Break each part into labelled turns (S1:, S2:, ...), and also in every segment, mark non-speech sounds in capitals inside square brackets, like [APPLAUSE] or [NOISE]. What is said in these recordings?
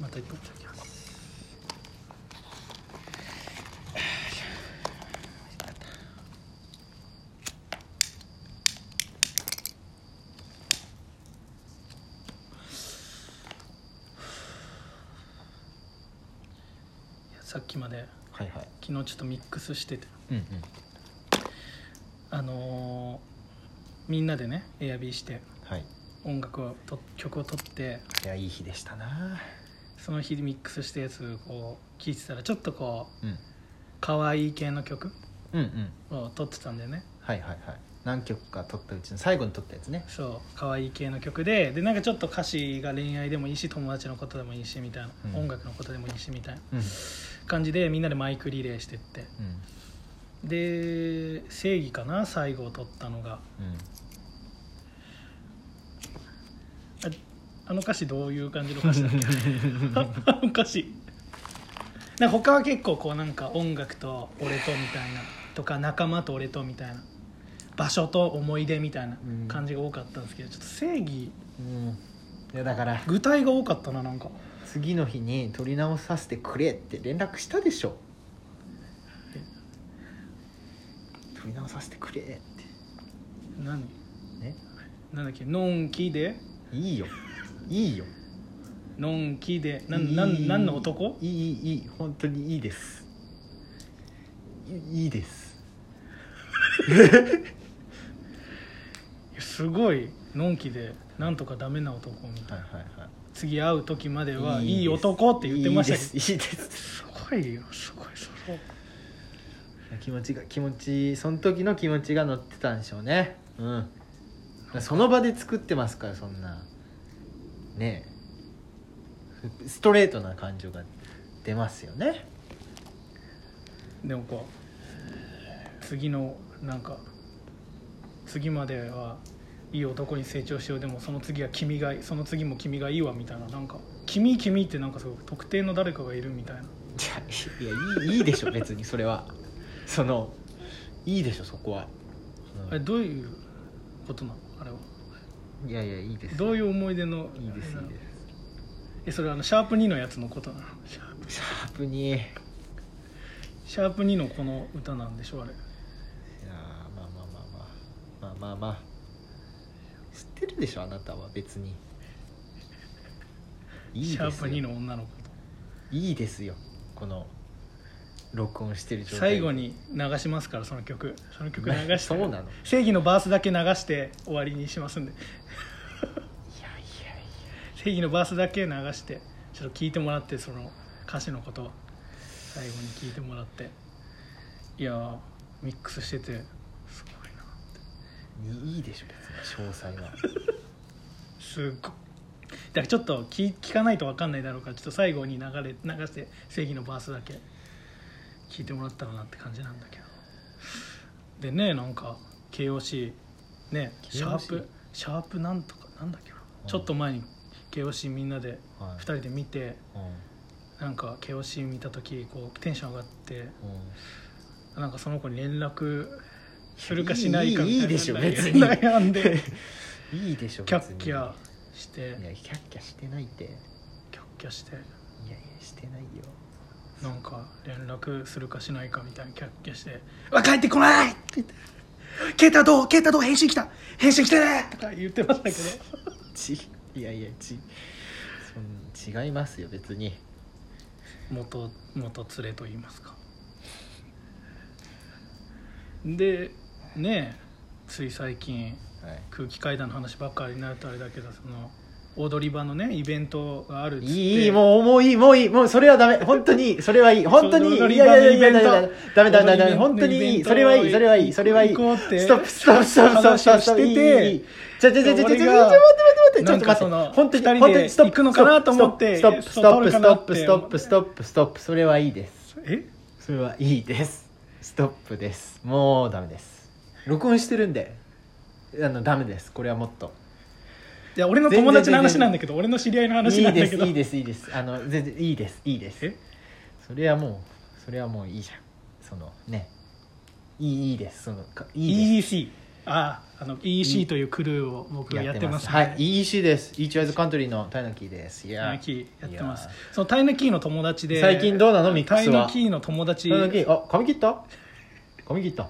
S1: また一本いただきますいやさっきまで
S2: はいはい
S1: 昨日ちょっとミックスしてて
S2: うんうん
S1: あのーみんなでねエアビーして
S2: はい
S1: 音楽をと曲を撮って
S2: いやいい日でしたな
S1: その日ミックスしたやつを聴いてたらちょっとこう
S2: うん
S1: 可愛い系の曲
S2: うんうん
S1: を撮ってたんだよね
S2: はいはいはい何曲か撮ったうちの最後に撮ったやつね
S1: そう可愛い系の曲ででなんかちょっと歌詞が恋愛でもいいし友達のことでもいいしみたいな、
S2: うん
S1: 音楽のことでもいいしみたいな
S2: うんうん
S1: 感じでみんなでマイクリレーしてってで正義かな最後を撮ったのが
S2: うん
S1: ああの歌詞どういう感じの歌
S2: [LAUGHS]
S1: 詞だっけあの歌詞なんか他は結構こうなんか音楽と俺とみたいなとか仲間と俺とみたいな場所と思い出みたいな感じが多かったんですけど、ちょっと正義
S2: うんいやだから
S1: 具体が多かったななんか
S2: 次の日に撮り直させてくれって連絡したでしょ撮り直させてくれって
S1: 何
S2: ね
S1: なんだっけのんきで
S2: いいよいいよ
S1: のんきでなんなんなんの男
S2: いいいいいい本当にいいですいいいです
S1: いやすごいのんきでなんとかダメな男みたいな、
S2: はいはいはい
S1: 次会う時まではい
S2: です
S1: いい男って言ってましたけど
S2: いいですいいです
S1: すごいよすごいそれ
S2: 気持ちが気持ちその時の気持ちが乗ってたんでしょうねうんその場で作ってますからそんなねえストレートな感情が出ますよね
S1: でもこう次のなんか次まではいい男に成長しようでもその次は君がその次も君がいいわみたいななんか君君ってなんかすごく特定の誰かがいるみたいない
S2: やいやいいいい [LAUGHS] でしょ別にそれはそのいいでしょそこは、
S1: あれどういうことなのあれ
S2: [LAUGHS]
S1: はい
S2: やいやいいです
S1: どういう思い出の
S2: いいですいいです
S1: えそれあのシャープ2のやつのことなのシャープ
S2: シャープにいや
S1: シャープ2のこの歌なんでしょあれ
S2: ーまあまあまあまあまあまあまあ知ってるでしょあなたは
S1: [LAUGHS]
S2: 別にいいです
S1: シ
S2: よ
S1: ャープ2の女の子と
S2: いいですよこの録音してる状態
S1: 最後に流しますからその曲その曲流して
S2: [LAUGHS] そうなの
S1: 正義のバースだけ流して終わりにしますんで
S2: いやいやい
S1: 正義のバースだけ流してちょっと聞いてもらってその歌詞のことを最後に聞いてもらっていやーミックスしててすごいな
S2: やいいでしょ別に詳細
S1: [LAUGHS]
S2: は
S1: すっごいだからちょっと聞聞かないと分かんないだろうからちょっと最後に流れ流して正義のバースだけ聞いてもらったらなって感じなんだけどでねなんか KOC ね
S2: KOC
S1: シャープシャープなんとかなんだっけな、
S2: うん
S1: ちょっと前に KOC みんなで
S2: はい
S1: 2人で見て
S2: うん
S1: なんか KOC 見た時こうテンション上がって
S2: うん
S1: なんかその子に連絡するかしないかみたいない
S2: いいいでしょ別に
S1: 悩んで
S2: [LAUGHS] いいでしょ
S1: キャ
S2: 別
S1: ッ
S2: に
S1: キャして
S2: いやキャッキャしてないっていや
S1: キャッキャして
S2: いやしてないよ
S1: なんか連絡するかしないかみたいなキャッキャして「わ帰ってこない!」って言って「ケイタどうケイタどう返信来た返信来てね!」とか言ってましたけど
S2: [LAUGHS] ちいやいやちそん違いますよ別に
S1: 元元連れと言いますかでねえつい最近
S2: はい
S1: 空気階段の話ばっかりになるとあれだけどその踊り場のねイベントがあるっつって
S2: いいもうもういいもういいもうそれはダメ本当にそれはいい本当に
S1: 踊
S2: いや
S1: り
S2: い
S1: 場の
S2: や
S1: イ
S2: い
S1: ベ
S2: や
S1: ント
S2: ダメダメダメダメダメダメ本当
S1: 踊り場のイベ
S2: にい
S1: ン
S2: い
S1: ト
S2: それはいいそれはいいそれはいい
S1: 行こうって
S2: ストップストップストップストップスト
S1: 話をして
S2: ップ
S1: て
S2: いいいいちょちょちょちょちょちょちょちょ
S1: 俺が
S2: 待って待って待ってちょっと
S1: なんか
S2: 待
S1: そ
S2: っ
S1: の
S2: て本当に
S1: 二人で
S2: 本当にストップ
S1: 行くのかなと思って
S2: ストップストップストップストップストップストップそれはいいです
S1: え
S2: それはいいですストップですもうダメです録音してるんであのダメですこれはもっと
S1: いや俺の友達の話なんだけど俺の知り合いの
S2: い
S1: 話ないんだ
S2: で
S1: け
S2: す
S1: ど
S2: いいですいいですあの全然いいですいいです
S1: え
S2: それはもうそれはもういいじゃんそのねいいいいですそのかいいです
S1: EDC ああの EC というクルーを僕がやってます
S2: はい EEC です Each Wise Country のタイナキーですい
S1: タイ
S2: や
S1: ナキーやってます
S2: いや
S1: そのタイナキーの友達で
S2: 最近どうなのミックスは
S1: タイナキーの友達
S2: タイナキーあ髪切った髪切った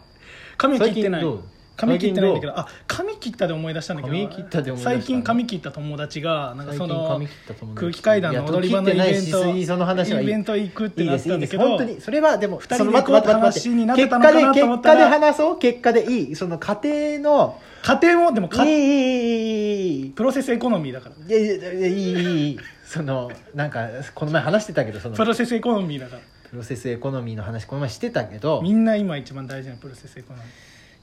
S1: 髪は切ってな
S2: 最
S1: い
S2: 近どう
S1: 髪切ってないんだけ
S2: 最近ど
S1: どあ髪切ったで思い出したんだけど
S2: 髪切ったで思い出し
S1: 最
S2: た
S1: 近髪切った友達がなんか
S2: 最
S1: そ
S2: 近
S1: の
S2: 髪切った友達
S1: 空気階段の踊り場のイベン
S2: いや切ってないしその話
S1: ト
S2: はいい
S1: イベント行くって
S2: いい
S1: な
S2: で
S1: っ
S2: すい
S1: た
S2: い
S1: ん
S2: で
S1: だけ
S2: す
S1: ど
S2: 本当にそれはでも
S1: 二人で
S2: その待って待って待って
S1: こういう話になっ
S2: 結
S1: てたの
S2: 果
S1: か
S2: で
S1: なと思
S2: 結
S1: った
S2: 果で
S1: ら
S2: 話そう結果でいいその家庭の
S1: 家庭もでも
S2: いい
S1: か
S2: いいいいいいいい
S1: プロセスエコノミーだから
S2: いやいやいやいいいいいいそのなんかこの前話してたけどその
S1: プ
S2: プ
S1: ロセスエコノミーだから
S2: ロセスエコノミーの話この前してたけど
S1: みんな今一番大事なプロセスエコノミ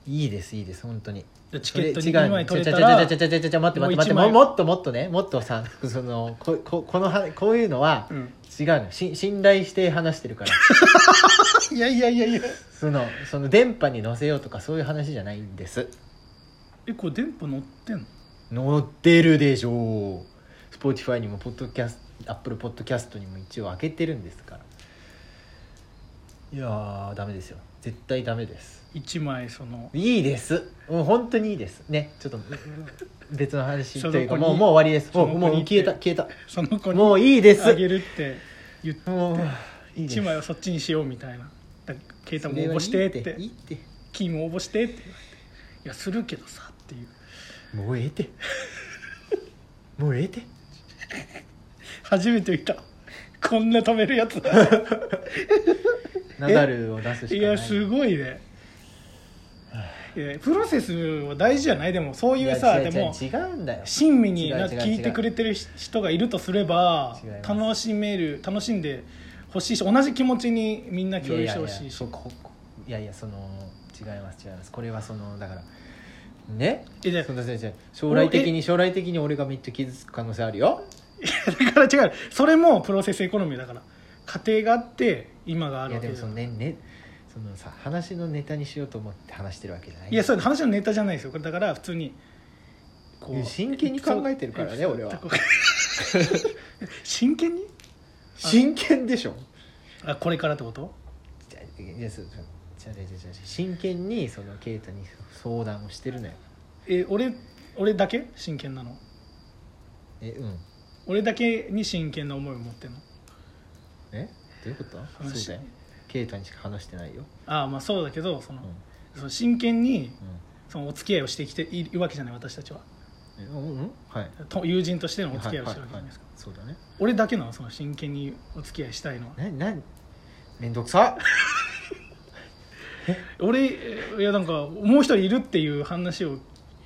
S2: いいですいいです本当に
S1: ーチケット
S2: そ
S1: に
S2: れ違う
S1: 2枚取れた
S2: ち
S1: ら
S2: ょちょちょちょちょちょ待って待って待って
S1: もう一枚
S2: ももっともっとねもっとさそのこここのはこういうのは
S1: うん
S2: 違うのし信頼して話してるから
S1: [LAUGHS] いやいやいやいや
S2: そのその電波に乗せようとかそういう話じゃないんです
S1: えこれ電波乗ってんの
S2: 乗ってるでしょう Spotify にもポッドキャスト Apple ポッドキャストにも一応開けてるんですからいやーダメですよ絶対ダメです
S1: 1枚その
S2: いいですもう本当にいいですねちょっとうん別の話というか
S1: その子
S2: もう
S1: に
S2: もう終わりですもう
S1: その子
S2: もう
S1: に
S2: 消えた
S1: って
S2: 消えた
S1: その子
S2: も
S1: に
S2: ういいです
S1: あげるって言って
S2: もういいです
S1: 1枚をそっちにしようみたいなだ携
S2: そ
S1: 帯
S2: れ
S1: も
S2: は
S1: 応募してって
S2: いいっていいって
S1: キーも応募してって言われていやするけどさっていう
S2: もうえ
S1: [LAUGHS]
S2: えてもうええて
S1: 初めて見たこんな止めるやつ
S2: ナダルを出すしかない
S1: いやすごいねいやプロセスは大事じゃないでもそういうさ
S2: や違
S1: で
S2: う
S1: も
S2: 違う違うんだよ
S1: 親身に
S2: 違う
S1: な
S2: 違う
S1: 聞いてくれてる人がいるとすれば
S2: 違います
S1: 楽しめる楽しんでほしいし同じ気持ちにみんな共有してほしいし
S2: やややそうここいやいやその違います違いますこれはそのだからね
S1: えじゃあ
S2: その先生将来的
S1: お
S2: に将来的に俺がめっちゃ傷つく可能性あるよ
S1: だから違うそれもプロセスエコノミーだから家庭があって今があ
S2: い
S1: る
S2: や
S1: わけ
S2: でも
S1: じ
S2: そ
S1: ゃ
S2: の
S1: ん
S2: ねねそのさ話のネタにしようと思って話してるわけじゃない
S1: いやそれ話のネタじゃないですよこれだから普通にこ
S2: いや真剣に考えてるからね俺は
S1: [LAUGHS] 真剣に
S2: 真剣でしょ
S1: あこれからってこと
S2: じゃあいやそうそうじゃあじゃあじゃあじゃあ真剣にそのケイタに相談をしてるのよ
S1: え俺俺だけ真剣なの
S2: えうん
S1: 俺だけに真剣な思いを持ってんの
S2: えどういうこと
S1: 話
S2: そうだよケイタにしか話してないよ
S1: ああまあそうだけどその
S2: うん、うん
S1: その真剣にそのお付き合いをしてきているわけじゃない私たちは
S2: えうんうんはい
S1: と友人としてのお付き合いをしてるわけじゃないですか、
S2: はははそうだね
S1: 俺だけなのその真剣にお付き合いしたいのは
S2: なな面倒くさ
S1: 俺いやなんかもう一人いるっていう話を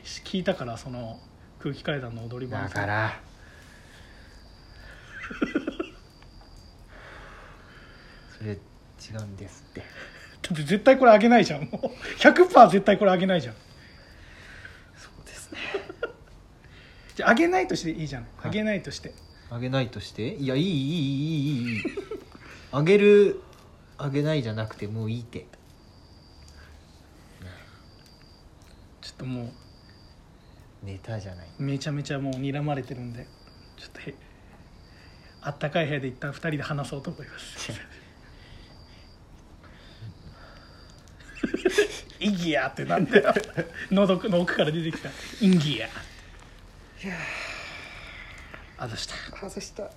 S1: 聞いたからその空気階段の踊り場の [LAUGHS]
S2: だからそれ違うんですって
S1: だって絶対これあげないじゃんもう100%絶対これあげないじゃん
S2: そうですね
S1: じゃああげないとしていいじゃん
S2: は
S1: あ
S2: い
S1: げないとして、
S2: あげないとしていやいいいいいいいいいいいあげるあげないじゃなくてもういいって
S1: ちょっとも
S2: ネタじゃないう
S1: めちゃめちゃもう睨まれてるんでちょっとへあったかい部屋で一旦二人で話そうと思います [LAUGHS] イギアってなんだよ喉の奥から出てきたインギアあざした
S2: 外した